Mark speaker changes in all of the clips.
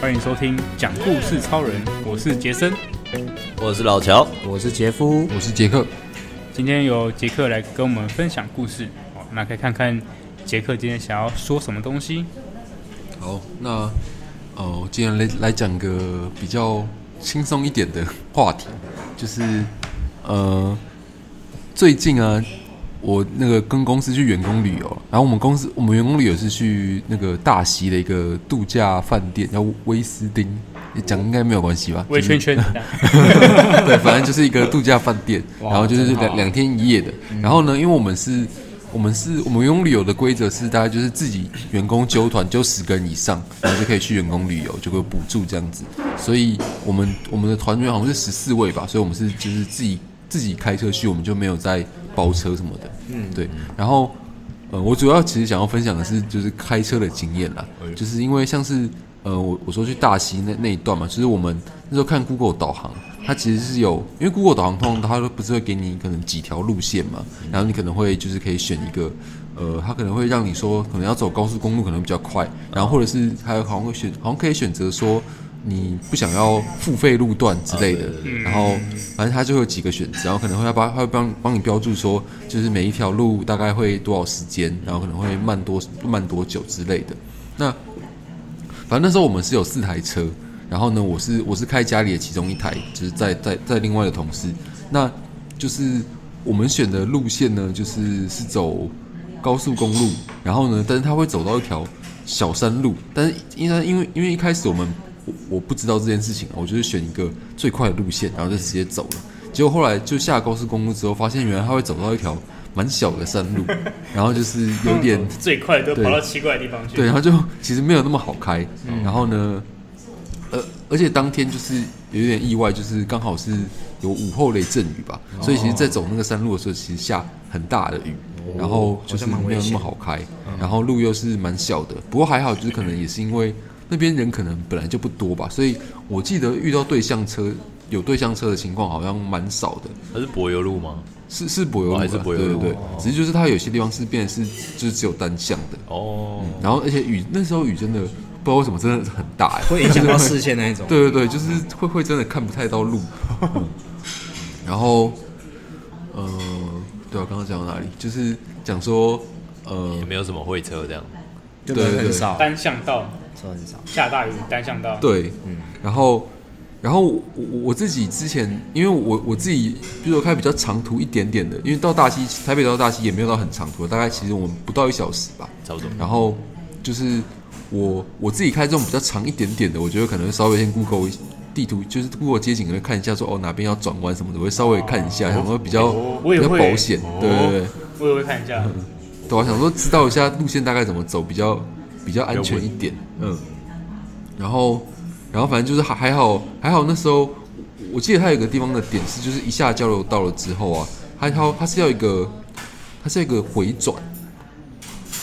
Speaker 1: 欢迎收听讲故事超人，我是杰森。
Speaker 2: 我是老乔，
Speaker 3: 我是杰夫，
Speaker 4: 我是杰克，
Speaker 1: 今天由杰克来跟我们分享故事，哦，那可以看看杰克今天想要说什么东西。
Speaker 4: 好，那哦，我今天来来讲个比较轻松一点的话题，就是呃，最近啊，我那个跟公司去员工旅游，然后我们公司我们员工旅游是去那个大溪的一个度假饭店，叫威斯汀，讲应该没有关系吧？
Speaker 1: 围
Speaker 4: 就是
Speaker 1: 圈圈，
Speaker 4: 对，反正就是一个度假饭店，然后就是两两天一夜的。然后呢，因为我们是，我们是我们员工旅游的规则是，大概就是自己员工揪团揪十个人以上，然后就可以去员工旅游，就会有补助这样子。所以我们我们的团员好像是十四位吧，所以我们是就是自己自己开车去，我们就没有再包车什么的。嗯，对。然后呃，我主要其实想要分享的是，就是开车的经验啦，就是因为像是呃，我我说去大溪那那一段嘛，就是我们那时候看 Google 导航，它其实是有，因为 Google 导航通常它都不是会给你可能几条路线嘛，然后你可能会就是可以选一个，呃，它可能会让你说可能要走高速公路可能比较快，然后或者是还有好像会选，好像可以选择说。你不想要付费路段之类的，然后反正它就会有几个选择，然后可能会要帮它会帮帮你标注说，就是每一条路大概会多少时间，然后可能会慢多慢多久之类的。那反正那时候我们是有四台车，然后呢，我是我是开家里的其中一台，就是在在在另外的同事，那就是我们选的路线呢，就是是走高速公路，然后呢，但是它会走到一条小山路，但是因为因为因为一开始我们我我不知道这件事情啊，我就是选一个最快的路线，然后就直接走了。结果后来就下高速公路之后，发现原来它会走到一条蛮小的山路，然后就是有点
Speaker 1: 最快都
Speaker 4: 对跑到
Speaker 1: 奇怪的地方去
Speaker 2: 嗯
Speaker 4: 对，然后就其实没有那么好开。然后呢，呃，而且当天就是有点意外，就是刚好是有午后雷阵雨吧，
Speaker 2: 哦
Speaker 4: 所以其实，在走那个山路的时候，其实下很大的雨，
Speaker 2: 哦
Speaker 4: 然后就是没有那么好开，
Speaker 2: 嗯
Speaker 4: 然后路又是蛮小的。不过还好，就是可能也是因为那边人可能本来就不多吧，所以我记得遇到对向车。有对向车的情况好像蛮少的，
Speaker 2: 他是柏油路吗？
Speaker 4: 是是柏油路
Speaker 2: 哦
Speaker 4: 啊、
Speaker 2: 还是柏油路
Speaker 4: 对对对，只是就是它有些地方是变成是就是只有单向的，
Speaker 2: 哦，
Speaker 4: 然后而且雨那时候雨真的不知道为什么真的很大、欸，
Speaker 3: 会影 响到视线那一种。
Speaker 4: 对对对，就是会会真的看不太到路。 嗯然后，呃，对我刚刚讲到哪里？就是讲说，呃
Speaker 2: 也，没有什么会车这样。
Speaker 3: 对不对？
Speaker 4: 对
Speaker 3: 很少，
Speaker 1: 单向道，
Speaker 3: 车很少。
Speaker 1: 下大雨，单向道。
Speaker 4: 对，嗯然后，然后我我我自己之前，因为我我自己，比如说开比较长途一点点的，因为到大溪台北到大溪也没有到很长途，大概其实我们不到一小时吧，
Speaker 2: 差不多
Speaker 4: 然后就是我我自己开这种比较长一点点的，我觉得可能稍微先 Google 地图，就是 Google 街景会看一下说哦哪边要转弯什么的，我会稍微看一下，然后比较
Speaker 1: 哦我
Speaker 4: 比
Speaker 1: 也
Speaker 4: 较
Speaker 1: 会哦
Speaker 4: 保险，对对对。
Speaker 1: 我也会看一下。
Speaker 4: 对、啊，想说知道一下路线大概怎么走，比较比较安全一点。嗯，然后然后反正就是还还好还好那时候，我记得它有个地方的点是，就是一下交流道了之后啊，它它它是要一个它是要一个回转。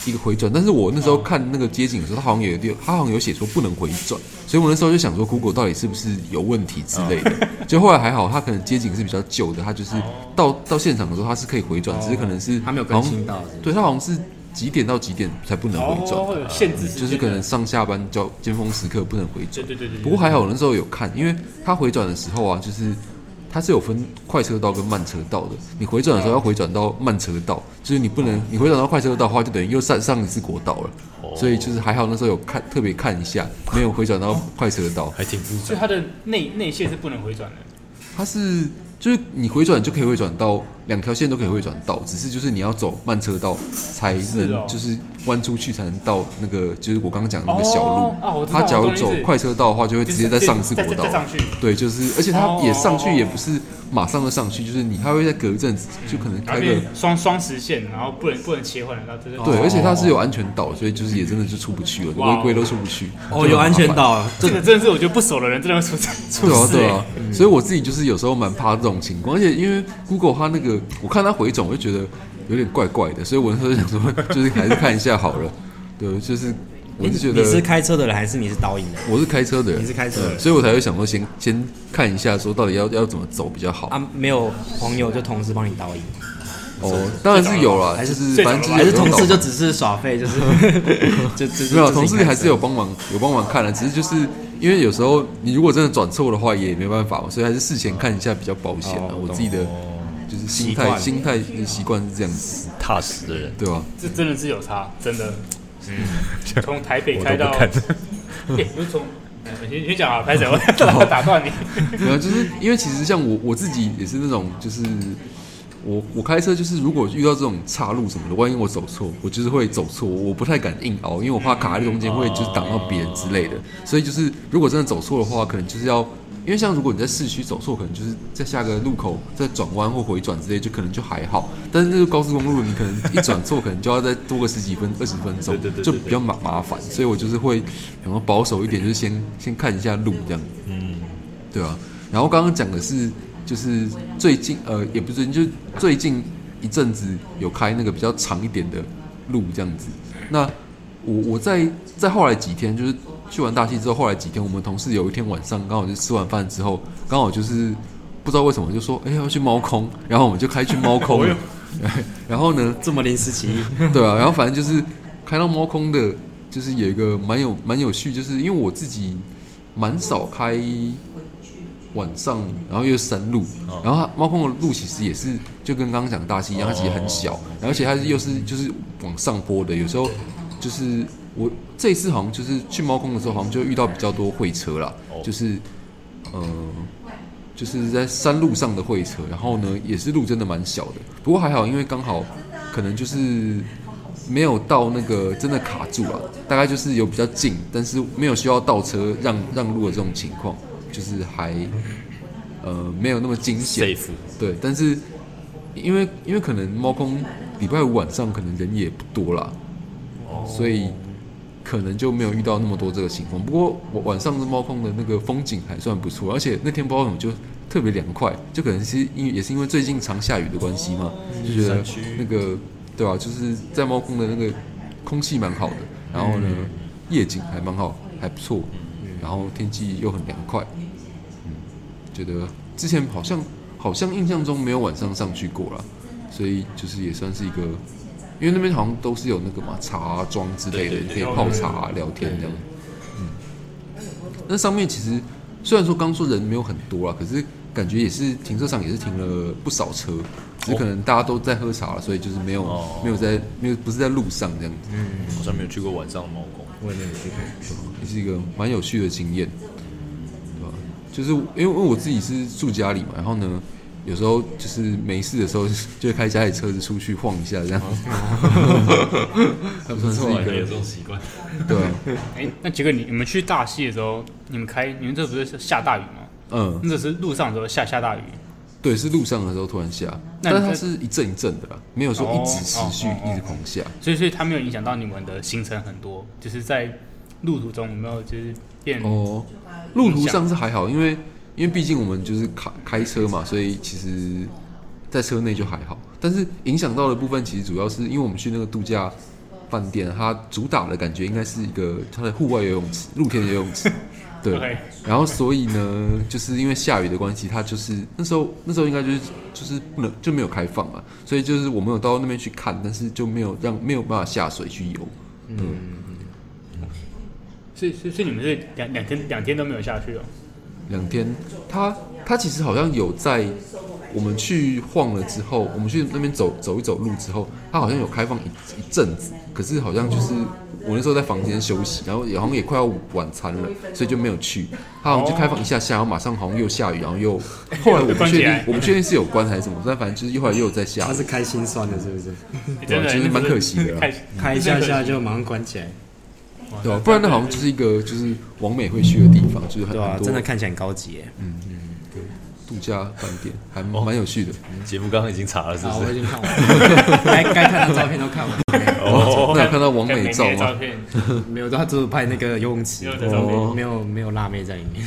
Speaker 4: 一个回转，但是我那时候看那个街景的时候，它好像有地，它好像有写说不能回转，所以我那时候就想说，Google 到底是不是有问题之类 的。就后来还好，它可能街景是比较旧的，它就是到到现场的时候它是可以回转，只是可能是
Speaker 3: 它没有更新到
Speaker 4: 好像对，它好像是几点到几点才不能回转，啊
Speaker 1: 哦，有限制时间
Speaker 4: 就是可能上下班交尖峰时刻不能回
Speaker 1: 对
Speaker 4: 转。
Speaker 1: 对对对对
Speaker 4: 不过还好我那时候有看，因为它回转的时候啊，就是它是有分快车道跟慢车道的。你回转的时
Speaker 1: 嗯
Speaker 4: 候要回转到慢车道，就是你不
Speaker 1: 哦
Speaker 4: 能你回转到快车道的话，就等于又上上一次国道了。所以就是还好那时候有看特别看一下，没有回转到快车道。
Speaker 2: 还挺复杂。
Speaker 1: 所以它的内内线是不能回转的。
Speaker 4: 它是就是你回转就可以回转到两条线都可以回转到，只是就是你要走慢车道才
Speaker 1: 是哦
Speaker 4: 能就是弯出去才能到那个就是我刚刚讲的那个小路
Speaker 1: 哦。哦我知道
Speaker 4: 它假
Speaker 1: 我
Speaker 4: 如
Speaker 1: 懂你
Speaker 4: 走
Speaker 1: 意思
Speaker 4: 快车道的话，就会直接在上次国
Speaker 1: 再再
Speaker 4: 道
Speaker 1: 再上
Speaker 4: 了。
Speaker 1: 去。
Speaker 4: 对，就是，而且它
Speaker 1: 哦
Speaker 4: 也上去
Speaker 1: 哦
Speaker 4: 也不是马上就上去，就是你还会再隔一阵子，就可能
Speaker 1: 然
Speaker 4: 开
Speaker 1: 后
Speaker 4: 个
Speaker 1: 变双双实线，然后不能不能切换，然后这是
Speaker 4: 对，而且它是有安全岛，所以就是也真的就出不去了，
Speaker 1: 哦哇哦
Speaker 4: 违规都出不去。
Speaker 3: 哦，有安全
Speaker 4: 岛。
Speaker 3: 岛，
Speaker 1: 这个真的是我觉得不熟的人真的会出出
Speaker 4: 对啊，
Speaker 1: 事
Speaker 4: 对
Speaker 1: 欸
Speaker 4: 啊。，
Speaker 3: 嗯
Speaker 4: 所以我自己就是有时候蛮怕这种情况，而且因为 Google 它那个，我看它回转，我就觉得有点怪怪的，所以我那时候就想说， 就是还是看一下好了。对，就是我是觉
Speaker 3: 你是
Speaker 4: 得
Speaker 3: 开车的人还是你是导引的？
Speaker 4: 我是开车的人，
Speaker 3: 你是开车的人
Speaker 4: 对所以我才会想说先先看一下，说到底要要怎么走比较好
Speaker 3: 啊。，没有朋友就同时帮你导引，
Speaker 4: 哦，当然是有啦，
Speaker 3: 还
Speaker 4: 就是是反正
Speaker 3: 还
Speaker 4: 就是有
Speaker 3: 同事就
Speaker 4: 搞
Speaker 3: 只是耍废，就是就就
Speaker 4: 没有同事还是有帮忙有帮忙看的，啊只是就是因为有时候你如果真的转错的话也没办法嘛，所以还是事前看一下比较保险啊。
Speaker 3: 哦
Speaker 4: 我
Speaker 3: 懂
Speaker 4: 自己的就是心
Speaker 3: 习
Speaker 4: 态
Speaker 3: 惯
Speaker 4: 心态的习惯是这样子，
Speaker 2: 踏实的人，
Speaker 4: 对吧？
Speaker 1: 这真的是有差，真的。嗯，从台北
Speaker 2: 我
Speaker 1: 开
Speaker 2: 都
Speaker 1: 到，
Speaker 2: 不看
Speaker 1: 哎，不是从，哎你你讲啊，拍 手，
Speaker 4: 哦
Speaker 1: 我打断你。
Speaker 4: 没有，就是因为其实像我我自己也是那种，就是我我开车就是如果遇到这种岔路什么的，万一我走错，我就是会走错，我不太敢硬熬，因为我怕卡在中间会就是挡到别人之类的。所以就是如果真的走错的话，可能就是要，因为像如果你在市区走错，可能就是在下个路口再转弯或回转之类，就可能就还好。但是那个高速公路，你可能一转错，可能就要再多个十几分二十分钟
Speaker 2: 对对对，对
Speaker 4: 就比较麻麻烦。所以我就是会然后保守一点，就是先先看一下路这样。对啊，然后刚刚讲的是，就是最近呃，也不是最近，就是最近一阵子有开那个比较长一点的路这样子。那我我在在后来几天，就是去完大溪之后，后来几天，我们同事有一天晚上刚好就吃完饭之后，刚好就是不知道为什么就说，哎、要去猫空，然后我们就开去猫空了。 然后呢，
Speaker 3: 这么临时起意，
Speaker 4: 对啊，然后反正就是开到猫空的，就是有一个蛮有蛮有趣，就是因为我自己蛮少开晚上，然后又山路，然后它猫空的路其实也是就跟刚刚讲的大溪一样，它其实很小，然后而且它是又是就是往上坡的，有时候就是我这一次好像就是去猫空的时候，好像就遇到比较多会车啦，就是呃。就是在山路上的会车，然后呢，也是路真的蛮小的，不过还好，因为刚好可能就是没有到那个真的卡住了，大概就是有比较近，但是没有需要倒车让让路的这种情况，就是还呃没有那么惊险。
Speaker 2: safe
Speaker 4: 对，但是因为因为可能猫空礼拜五晚上可能人也不多啦，所以可能就没有遇到那么多这个情况。不过我晚上的猫空的那个风景还算不错，而且那天不知道为什么就特别凉快，就可能是因为也是因为最近常下雨的关系嘛，就觉得那个对吧、就是在猫空的那个空气蛮好的，然后呢夜景还蛮好，还不错，然后天气又很凉快，觉得之前好像好像印象中没有晚上上去过啦，所以就是也算是一个，因为那边好像都是有那个嘛茶庄之类
Speaker 2: 对
Speaker 4: 的，
Speaker 2: 对
Speaker 4: 你
Speaker 2: 对
Speaker 4: 可以泡茶、聊天这样。嗯，那上面其实虽然说刚说人没有很多啦，可是感觉也是停车场也是停了不少车，只是可能大家都在喝茶了，所以就是没有、
Speaker 2: 哦
Speaker 4: 没有在没有不是在路上这样子，
Speaker 2: 好像没有去过晚上的猫空，
Speaker 3: 我也没有去过。
Speaker 4: 也是一个蛮有趣的经验。就是因为因为我自己是住家里嘛，然后呢，有时候就是没事的时候， 就会开家里车子出去晃一下，这 样，还不算是
Speaker 1: 啊
Speaker 4: 一个
Speaker 2: 这种习惯。
Speaker 4: 对，啊
Speaker 1: 哎，那杰哥，你你们去大溪的时候，你们开，你们这不是下大雨吗？
Speaker 4: 嗯，
Speaker 1: 那只是路上的时候下下大雨，
Speaker 4: 对，是路上的时候突然下，
Speaker 1: 那
Speaker 4: 但
Speaker 1: 你
Speaker 4: 是它
Speaker 1: 在
Speaker 4: 是一阵一阵的啦，没有说一直持续
Speaker 1: 哦哦哦
Speaker 4: 一直狂下。
Speaker 1: 所以所以它没有影响到你们的行程很多，就是在路途中有没有就是变
Speaker 4: 哦，路途上是还好，因为因为毕竟我们就是开开车嘛，所以其实在车内就还好。但是影响到的部分，其实主要是因为我们去那个度假饭店，它主打的感觉应该是一个它的户外游泳池、露天游泳池，对
Speaker 1: OK。
Speaker 4: 然后所以呢，就是因为下雨的关系，它就是那时候那时候应该就是就是不能就没有开放嘛，所以就是我们有到那边去看，但是就没有让没有办法下水去游。
Speaker 1: 所以所以所以你们是两两天两天都没有下去哦。
Speaker 4: 两天，他他其实好像有在我们去晃了之后，我们去那边走走一走路之后，他好像有开放一一阵子，可是好像就是我那时候在房间休息，然后也好像也快要晚餐了，所以就没有去。他好像就开放一下下，然后马上好像又下雨，然后又后来我不
Speaker 1: 关
Speaker 4: 确
Speaker 1: 起
Speaker 4: 定
Speaker 1: 来，
Speaker 4: 我不确定是有关还是什么，但反正就是一会儿又有在下
Speaker 3: 他。是开心算的，是不是？
Speaker 1: 欸真的
Speaker 4: 对啊其实蛮可惜的啊
Speaker 3: 开一下下就马上关起来，
Speaker 4: 对吧、不然那好像就是一个就是王美会去的地方，就是很
Speaker 3: 对啊，
Speaker 4: 很多
Speaker 3: 真的看起来很高级耶。
Speaker 4: 度假饭店，还蛮有趣的。
Speaker 2: 节目刚刚已经查了，是不是？
Speaker 3: 经看完，该该看的照片都看完，
Speaker 1: 哦
Speaker 4: 那有看到王 美照
Speaker 1: 照
Speaker 4: 吗？
Speaker 1: 片，
Speaker 3: 没有，他只有拍那个游泳池
Speaker 1: 游泳池的照片
Speaker 4: 哦
Speaker 3: 没有没有辣妹在里面。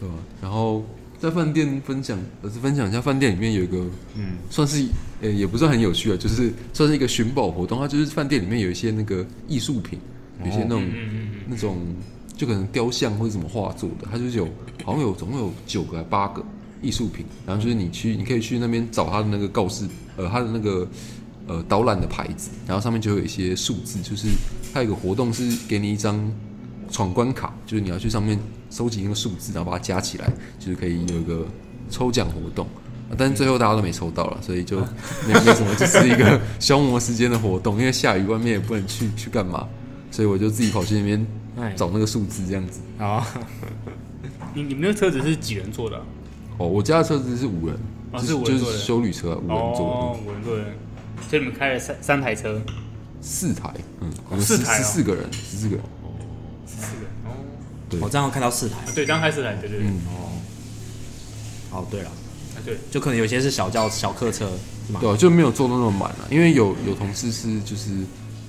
Speaker 4: 对吧？然后在饭店分享，我是分享一下饭店里面有一个，嗯，算是呃、也不是很有趣啊，就是算是一个寻宝活动。它就是饭店里面有一些那个艺术品，有一些那种、那种就可能雕像或者什么画作的，它就是有好像有总共有九个还八个，艺术品，然后就是你去，你可以去那边找它的那个告示，呃，它的那个呃导览的牌子，然后上面就有一些数字，就是它有个活动是给你一张闯关卡，就是你要去上面收集那个数字，然后把它加起来，就是可以有一个抽奖活动。啊但是最后大家都没抽到了，所以就 没没什么，就是一个消磨时间的活动。因为下雨，外面也不能去去干嘛，所以我就自己跑去那
Speaker 3: 哎
Speaker 4: 边找那个数字这样子。
Speaker 3: 好，
Speaker 1: 你你们那个车子是几人坐的啊、
Speaker 4: 哦，我家的车子是五人，
Speaker 1: 哦
Speaker 4: 就是
Speaker 1: 五人
Speaker 4: 就
Speaker 1: 座
Speaker 4: 是
Speaker 1: 的
Speaker 4: 修旅车啊，五人座的，
Speaker 1: 哦，五人坐的。所以你们开了三三台车，
Speaker 4: 四台，嗯，我们
Speaker 1: 四
Speaker 4: 十
Speaker 1: 台哦
Speaker 4: 十四个人，十四个人，
Speaker 1: 四个人。哦，
Speaker 4: 对
Speaker 3: 我这样看到四台。
Speaker 1: 啊对，刚开始来，对对对。
Speaker 4: 嗯
Speaker 3: 哦，对了，
Speaker 1: 啊对，
Speaker 3: 就可能有些是小轿小客车，是吗？
Speaker 4: 对啊，就没有做到那么满了，因为有有同事是就是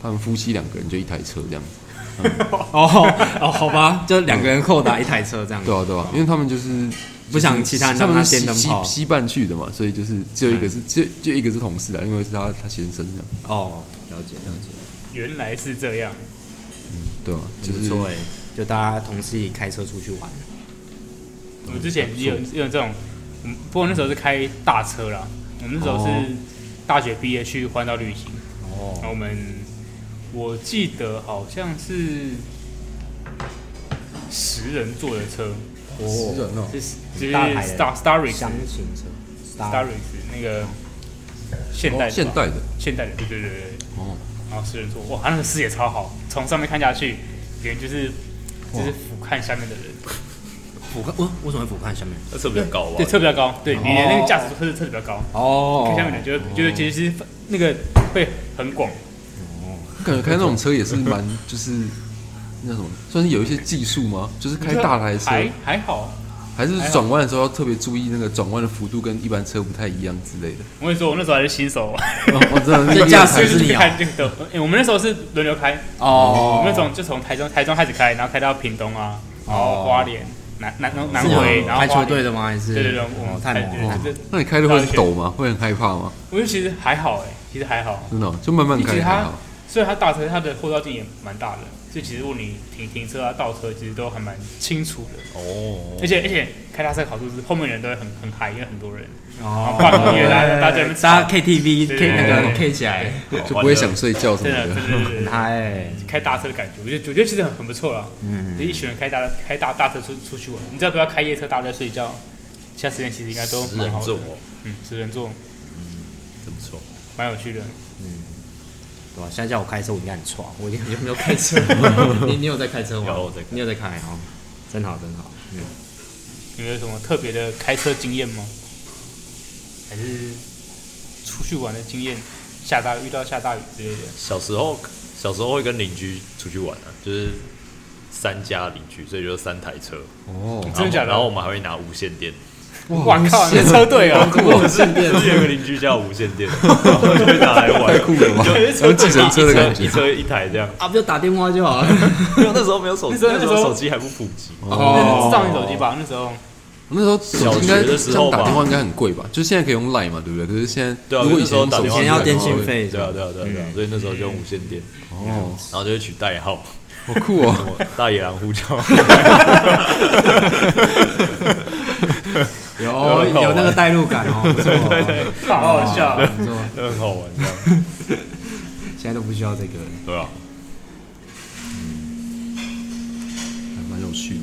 Speaker 4: 他们夫妻两个人就一台车这样子，
Speaker 3: 哦哦，好吧， 就两个人扣打一台车这样。
Speaker 4: 对啊对啊，因为他们就是
Speaker 3: 不想其他人
Speaker 4: 他
Speaker 3: 让他
Speaker 4: 们是
Speaker 3: 电
Speaker 4: 西
Speaker 3: 灯
Speaker 4: 西
Speaker 3: 泡
Speaker 4: 西半去的嘛，所以就是只有一个是就就一个是同事啊，因为是他他先生这样，
Speaker 3: 哦，了解了解，
Speaker 1: 原来是这样。
Speaker 4: 对啊，就
Speaker 3: 不
Speaker 4: 是
Speaker 3: 错哎，就大家同事一起开车出去玩。
Speaker 1: 我们之前也有也有这种，嗯，不过那时候是开大车啦。我们那时候是
Speaker 3: 哦
Speaker 1: 大学毕业去环岛旅行，然
Speaker 3: 哦，
Speaker 1: 后我们我记得好像是十人坐的车，
Speaker 4: 十人哦，
Speaker 1: 是就是
Speaker 3: 大台的
Speaker 1: Star Starix
Speaker 3: 箱型车
Speaker 1: Starix 那个现代的吧、
Speaker 4: 哦现 代的
Speaker 1: 现代的，对对对对。
Speaker 4: 哦，
Speaker 1: 然后四人座，哇，他那个视野超好，从上面看下去，感觉就是就是俯瞰下面的人，
Speaker 3: 俯瞰，我为什么会俯瞰下面？
Speaker 2: 那车比较高吧？
Speaker 1: 对，车比较高，对你的
Speaker 3: 哦
Speaker 1: 那个驾驶座是车比较高，
Speaker 3: 哦
Speaker 1: 看下面的人就会就是其实是那个会很广，
Speaker 4: 感觉开那种车也是蛮就是那叫什么，算是有一些技术吗？就是开大台车。
Speaker 1: 还还好。
Speaker 4: 还是转弯的时候要特别注意那个转弯的幅度跟一般车不太一样之类的。
Speaker 1: 我跟你说，我那时候还是新手，
Speaker 4: 我真的
Speaker 3: 所以驾驶
Speaker 1: 就是是
Speaker 3: 你
Speaker 1: 去
Speaker 3: 哦
Speaker 1: 看这个的。哎，我们那时候是轮流开，我
Speaker 3: 哦
Speaker 1: 们从就从台中台中开始开，然后开到屏东啊，然后
Speaker 3: 哦
Speaker 1: 花莲、南南南南
Speaker 3: 是
Speaker 1: 回，
Speaker 3: 有
Speaker 1: 然后
Speaker 3: 排球
Speaker 1: 花
Speaker 3: 队
Speaker 1: 莲。
Speaker 3: 的吗？还是
Speaker 1: 对对对，我
Speaker 3: 哦
Speaker 1: 们
Speaker 3: 太猛了！
Speaker 1: 了。对对
Speaker 4: 那你开的会很抖吗？会很害怕吗？
Speaker 1: 我觉得其实还好哎，其实还好。
Speaker 4: 真的哦、就慢慢
Speaker 1: 其实
Speaker 4: 开还
Speaker 1: 它
Speaker 4: 好。
Speaker 1: 虽然它大车，它的后照镜也蛮大的，所以其实如果你停停车啊、倒车，其实都还蛮清楚的。
Speaker 2: 哦，
Speaker 1: 而且而且开大车的好处是后面人都会很很嗨，因为很多人，
Speaker 3: 哦
Speaker 1: 然后跨年夜大家大家在那边吵
Speaker 3: 大家
Speaker 1: 对
Speaker 3: KTV
Speaker 1: 对
Speaker 3: K
Speaker 1: 对
Speaker 3: 那
Speaker 1: 对
Speaker 3: 个
Speaker 1: 对
Speaker 3: K 起来，哎
Speaker 4: 就不会想啊睡觉什
Speaker 1: 真
Speaker 4: 么
Speaker 1: 的
Speaker 4: 的。
Speaker 1: 对对对
Speaker 3: 很
Speaker 1: 对，
Speaker 3: 嗨。
Speaker 1: 开大车的感觉，我觉得我觉得其实很很不错啦。嗯，就一群人开大开大大车出出去玩，你知道不要开夜车，大家在睡觉，其他时间其实应该都
Speaker 2: 十
Speaker 1: 蛮
Speaker 2: 人
Speaker 1: 好
Speaker 2: 座
Speaker 1: 的。
Speaker 2: 哦，
Speaker 1: 嗯，十人座
Speaker 2: 真不错。
Speaker 1: 蛮有趣的。
Speaker 3: 对吧？啊现在叫我开车，我应该很爽。我已经有没有 开车？你你有在开车吗？
Speaker 2: 有我在开
Speaker 3: 你有在开哦，真好真好。嗯，
Speaker 1: 你们有什么特别的开车经验吗？还是出去玩的经验？下大雨遇到下大雨之类的？
Speaker 2: 小时候，小时候会跟邻居出去玩啊，就是三家邻居，所以就三台车。
Speaker 4: 哦，
Speaker 1: 真的假的
Speaker 2: 然后我们还会拿无线电，
Speaker 1: 哇靠，你车队 哦，
Speaker 2: 无线电， 是有个邻居家有无线电，然后就会拿来玩，
Speaker 4: 太酷了吧！然后计 程车的感
Speaker 2: 一
Speaker 4: 觉。
Speaker 2: 车一台这样。
Speaker 3: 啊，不就打电话就好了。
Speaker 2: 没有，那时候没有手机，
Speaker 1: 那时候
Speaker 2: 那时候手机还不普及。
Speaker 3: 哦
Speaker 1: 上你手机吧，那时候
Speaker 4: 那时候手机应
Speaker 2: 小
Speaker 4: 该
Speaker 2: 学的时候吧
Speaker 4: 像打电话应该很贵吧？就现在可以用 Line 嘛，对不对？可是现在
Speaker 2: 对啊
Speaker 4: 如果以前用
Speaker 2: 那时候
Speaker 4: 手
Speaker 2: 打
Speaker 4: 机
Speaker 2: 电
Speaker 3: 以
Speaker 2: 话
Speaker 3: 前要电信
Speaker 4: 费
Speaker 3: 费是
Speaker 2: 对啊，
Speaker 3: 吧？
Speaker 2: 对啊，对啊，对啊，所以那时候就用无线电，
Speaker 4: 哦，
Speaker 2: 然后就会取代号，
Speaker 4: 好酷哦！
Speaker 2: 什么大野狼呼叫，
Speaker 3: 有有那个代入感 哦，不错哦。
Speaker 1: 好好笑。
Speaker 3: 不错，
Speaker 2: 很好玩这样。
Speaker 3: 现在都不需要这个了。
Speaker 2: 对啊，
Speaker 4: 还蛮有趣的。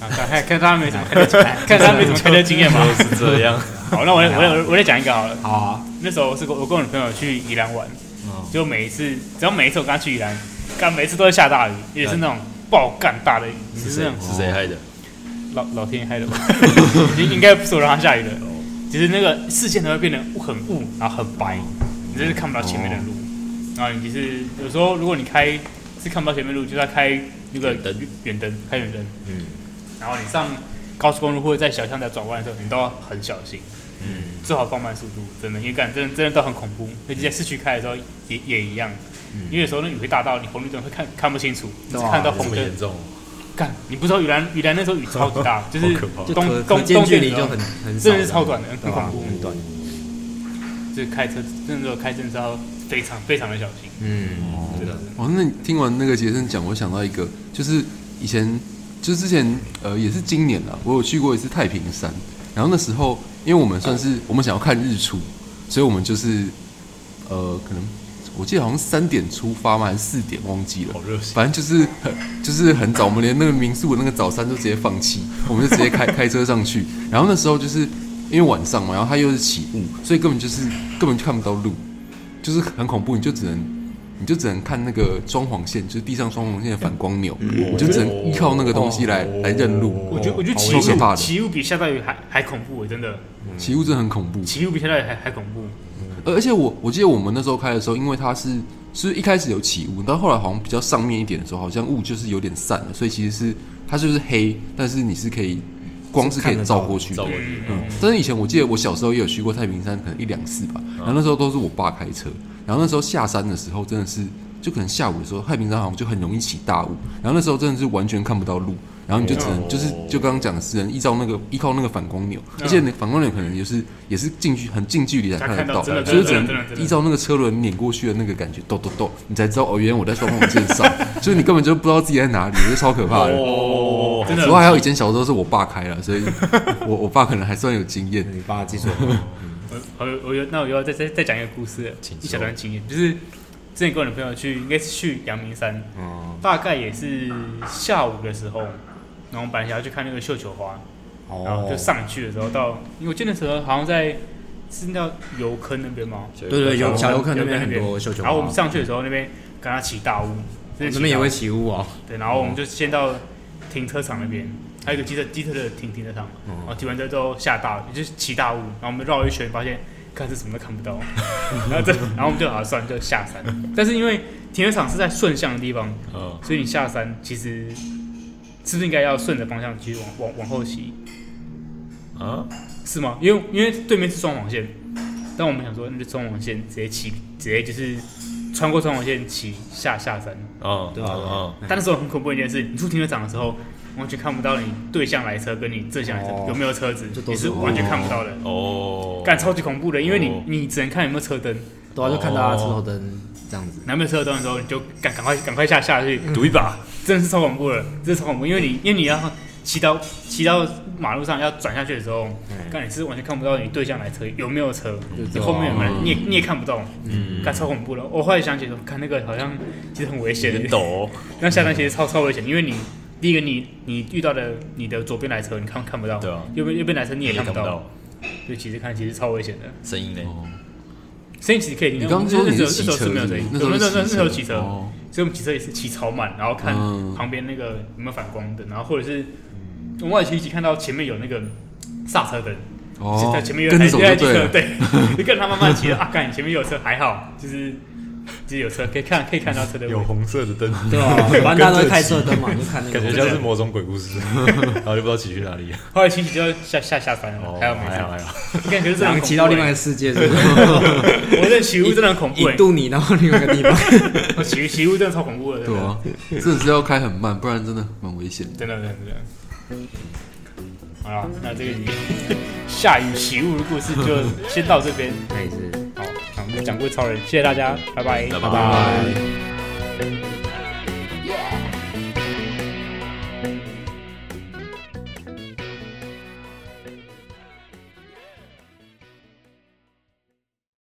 Speaker 1: 啊看看看他没什么开车经验，看他没什么开车经验嘛。
Speaker 2: 是这样。
Speaker 1: 好，那我我我我再讲一个好嗯了。
Speaker 3: 好啊，
Speaker 1: 那时候我是跟我跟我女朋友去宜兰玩，
Speaker 3: 哦
Speaker 1: 就每一次只要每一次我跟她去宜兰，干每一次都会下大雨，也是那种爆干大的雨，
Speaker 2: 是
Speaker 1: 是那
Speaker 2: 谁
Speaker 1: 种？
Speaker 2: 是谁害的？
Speaker 1: 老老天爷害的吧？ 应应该不是我让它下雨的，其实那个视线才会变得很雾，然后很白，你真是看不到前面的路。然后你就是有时候如果你开是看不到前面路，就是要开那个
Speaker 2: 远灯
Speaker 1: 远灯，开远灯。
Speaker 3: 嗯，
Speaker 1: 然后你上高速公路或者在小巷在转弯的时候，你都要很小心。嗯，最好放慢速度，真的，因为感真的真的都很恐怖，尤其在市区开的时候也也一样。因为有时候那雨会大到你红绿灯会看看不清楚，你只
Speaker 3: 哇
Speaker 1: 看到
Speaker 2: 这
Speaker 1: 红
Speaker 2: 么
Speaker 1: 灯，
Speaker 2: 严重？
Speaker 1: 干，你不知道雨兰雨兰那时候雨超级大，就是
Speaker 2: 好可怕
Speaker 3: 就
Speaker 1: 东
Speaker 3: 可可
Speaker 1: 东
Speaker 3: 见
Speaker 1: 东
Speaker 3: 距
Speaker 1: 边
Speaker 3: 离就很很少
Speaker 1: 真
Speaker 3: 了，
Speaker 1: 的是超短的，
Speaker 3: 对
Speaker 1: 很
Speaker 3: 吧
Speaker 1: 恐怖，
Speaker 3: 很短。
Speaker 1: 嗯就是开车，真的时候开真的是要非常非常的小心，
Speaker 3: 嗯，真的。
Speaker 4: 哦哦，那你听完那个杰森讲，我想到一个，就是以前就之前呃也是今年啦，我有去过一次太平山，然后那时候因为我们算是、我们想要看日出，所以我们就是呃可能我记得好像三点出发嘛，还是四点忘记了，
Speaker 2: 好热血
Speaker 4: 反正就是很就是很早，我们连那个民宿的那个早餐都直接放弃，我们就直接开 开车上去，然后那时候就是因为晚上嘛，然后它又是起雾，所以根本就是根本就看不到路，就是很恐怖，你就只能你就只能看那个装潢线，就是地上装潢线的反光钮，你就只能依靠那个东西来来认路。
Speaker 1: 我觉得我觉得
Speaker 4: 好可
Speaker 1: 起
Speaker 4: 怕
Speaker 1: 雾
Speaker 4: 的
Speaker 1: 起雾比下大雨还还恐怖、欸真的
Speaker 4: 起雾真的很恐怖，
Speaker 1: 起雾比下大雨还还恐怖。
Speaker 4: 而而且我我记得我们那时候开的时候，因为它是是一开始有起雾，但后来好像比较上面一点的时候，好像雾就是有点散了，所以其实是它就是黑，但是你是可以光是可以照过去的
Speaker 2: 照。过去，
Speaker 4: 嗯，但是以前我记得我小时候也有去过太平山，可能一两次吧。然后那时候都是我爸开车，然后那时候下山的时候真的是，就可能下午的时候，太平山好像就很容易起大雾。然后那时候真的是完全看不到路，然后你就只能就是就刚刚讲的，只能依照那个依靠那个反光钮，
Speaker 1: 嗯
Speaker 4: 而且那反光钮可能也是也是近距很近距离才看得
Speaker 1: 才看
Speaker 4: 到，
Speaker 1: 到真的
Speaker 4: 所以只
Speaker 1: 真的
Speaker 4: 能
Speaker 1: 真的真的
Speaker 4: 依照那个车轮碾过去的那个感觉，抖抖抖，你才知道哦，原来我在双黄线上，就是你根本就不知道自己在哪里，就超可怕的。
Speaker 2: 哦，
Speaker 1: 真
Speaker 4: 主要还
Speaker 1: 的，
Speaker 4: 有以前小时候是我爸开了，所以我我爸可能还算有经验。
Speaker 3: 你爸记住，
Speaker 1: 我我我有那我又要再再再讲一个故事了，
Speaker 2: 请
Speaker 1: 一
Speaker 2: 说
Speaker 1: 小段经验，就是之前跟我女朋友去，应该是去阳明山，
Speaker 3: 嗯，
Speaker 1: 大概也是下午的时候，然后我们本来想要去看那个绣球花，然后
Speaker 3: 哦
Speaker 1: 就，上去的时候到，因为我记得那时候好像在是叫油坑那边吗？
Speaker 2: 对
Speaker 3: 对对，有小游客
Speaker 1: 看
Speaker 3: 那边很多绣球花，嗯
Speaker 1: 然后我们上去的时候，那边跟他起大雾，真的
Speaker 3: 那
Speaker 1: 起
Speaker 3: 边也
Speaker 1: 大雾
Speaker 3: 会起雾哦，
Speaker 1: 对，然后我们就先到停车场那边，还有一个机车机车的停停车场，
Speaker 3: 嗯
Speaker 1: 然后停完车之后下大，雨，就是起大雾，然后我们绕一圈，发现看是什么都看不 到，然后这然后我们就好算了就下山，但是因为停车场是在顺向的地方，
Speaker 2: 嗯，
Speaker 1: 所以你下山其实是不是应该要顺着方向继续往往往后骑，
Speaker 2: 啊，
Speaker 1: 是吗？因为因为对面是双黄线，但我们想说那就双黄线直接骑，直接就是穿过双黄线骑下下山。
Speaker 2: 嗯，
Speaker 3: 对啊对啊
Speaker 2: 嗯，
Speaker 1: 但那时候很恐怖的一件事，你出停车场的时候，完全看不到你对向来车跟你正向来车
Speaker 3: 哦
Speaker 1: 有没有车子
Speaker 3: 这，都
Speaker 1: 你
Speaker 3: 是
Speaker 1: 是完全看不到的，
Speaker 2: 哦，
Speaker 1: 干超级恐怖的，因为你
Speaker 2: 哦
Speaker 1: 你只能看有没有车灯，
Speaker 3: 对啊，就看
Speaker 1: 哦
Speaker 3: 到他车头灯 这样子，
Speaker 1: 然后没有车灯的时候，你就赶赶快赶快下下
Speaker 3: 嗯
Speaker 1: 去，
Speaker 2: 赌一把，
Speaker 1: 真的是超恐怖的，真的超恐怖，因为你因为你要骑到骑到马路上要转下去的时候，干你是完全看不到你对向来车有没有车，你后面有没有人，你也你也看不到，
Speaker 2: 嗯，
Speaker 1: 干超恐怖的。我后来想起说，看那个好像其实很危
Speaker 2: 有
Speaker 1: 险，
Speaker 2: 点抖哦，
Speaker 1: 那下单其实超超危险，因为你第一个你你遇到的你的左边来车你看看不到，
Speaker 2: 对啊
Speaker 1: 右边右边来车你也看不
Speaker 2: 不
Speaker 1: 到，，所以其实看其实超危险的。
Speaker 2: 声音呢？
Speaker 1: 声音其实可以听，
Speaker 4: 你刚刚
Speaker 1: 因为
Speaker 4: 说
Speaker 1: 我们
Speaker 4: 你
Speaker 1: 那
Speaker 4: 是
Speaker 1: 时
Speaker 4: 骑
Speaker 1: 候那时候
Speaker 4: 车
Speaker 1: 是没有
Speaker 4: 是
Speaker 1: 声音，
Speaker 4: 不
Speaker 1: 我
Speaker 4: 是
Speaker 1: 们
Speaker 4: 那
Speaker 1: 那
Speaker 4: 时
Speaker 1: 那
Speaker 4: 候是骑
Speaker 1: 时候骑车，
Speaker 4: 车哦
Speaker 1: 所以我们骑车也是骑超慢，然后看
Speaker 4: 嗯
Speaker 1: 旁边那个有没有反光灯，然后或者是我们外骑一骑看到前面有那个刹车灯。
Speaker 4: 哦
Speaker 1: 在前面有
Speaker 4: 跟
Speaker 1: 台
Speaker 4: 着走
Speaker 1: 有台
Speaker 4: 就
Speaker 1: 机
Speaker 4: 对
Speaker 1: 车，
Speaker 4: 了。
Speaker 1: 对， 你跟着他慢慢骑啊，干，你前面有车还好，就是就是有车可以看可以看到车的位置，
Speaker 2: 红色的灯，
Speaker 3: 对啊，反正大家都会开车灯嘛，你就看那
Speaker 2: 感觉
Speaker 3: 个，
Speaker 2: 像是某种鬼故事， 然后就不知道骑去哪里。
Speaker 1: 后来骑骑就要下下下山了，
Speaker 2: 哦，
Speaker 1: 还有没
Speaker 2: 还好还好，
Speaker 1: 你感觉是
Speaker 3: 然后骑到另外一个世界，是不是？
Speaker 1: 个，我的起雾真的很恐 怖、
Speaker 3: 引
Speaker 1: 欸，
Speaker 3: 渡你到另外一 个地方，
Speaker 1: 我起起雾真的超恐怖的，真
Speaker 4: 对
Speaker 1: 的，
Speaker 4: 啊， 真的是要开很慢，不然真的蛮危险的。
Speaker 1: 真的真的真的。好了，那这个集 下雨起雾的故事就先到这边。
Speaker 3: 那也是。
Speaker 1: 好，那我们就讲过超人，谢谢大家，拜拜，
Speaker 2: 拜拜。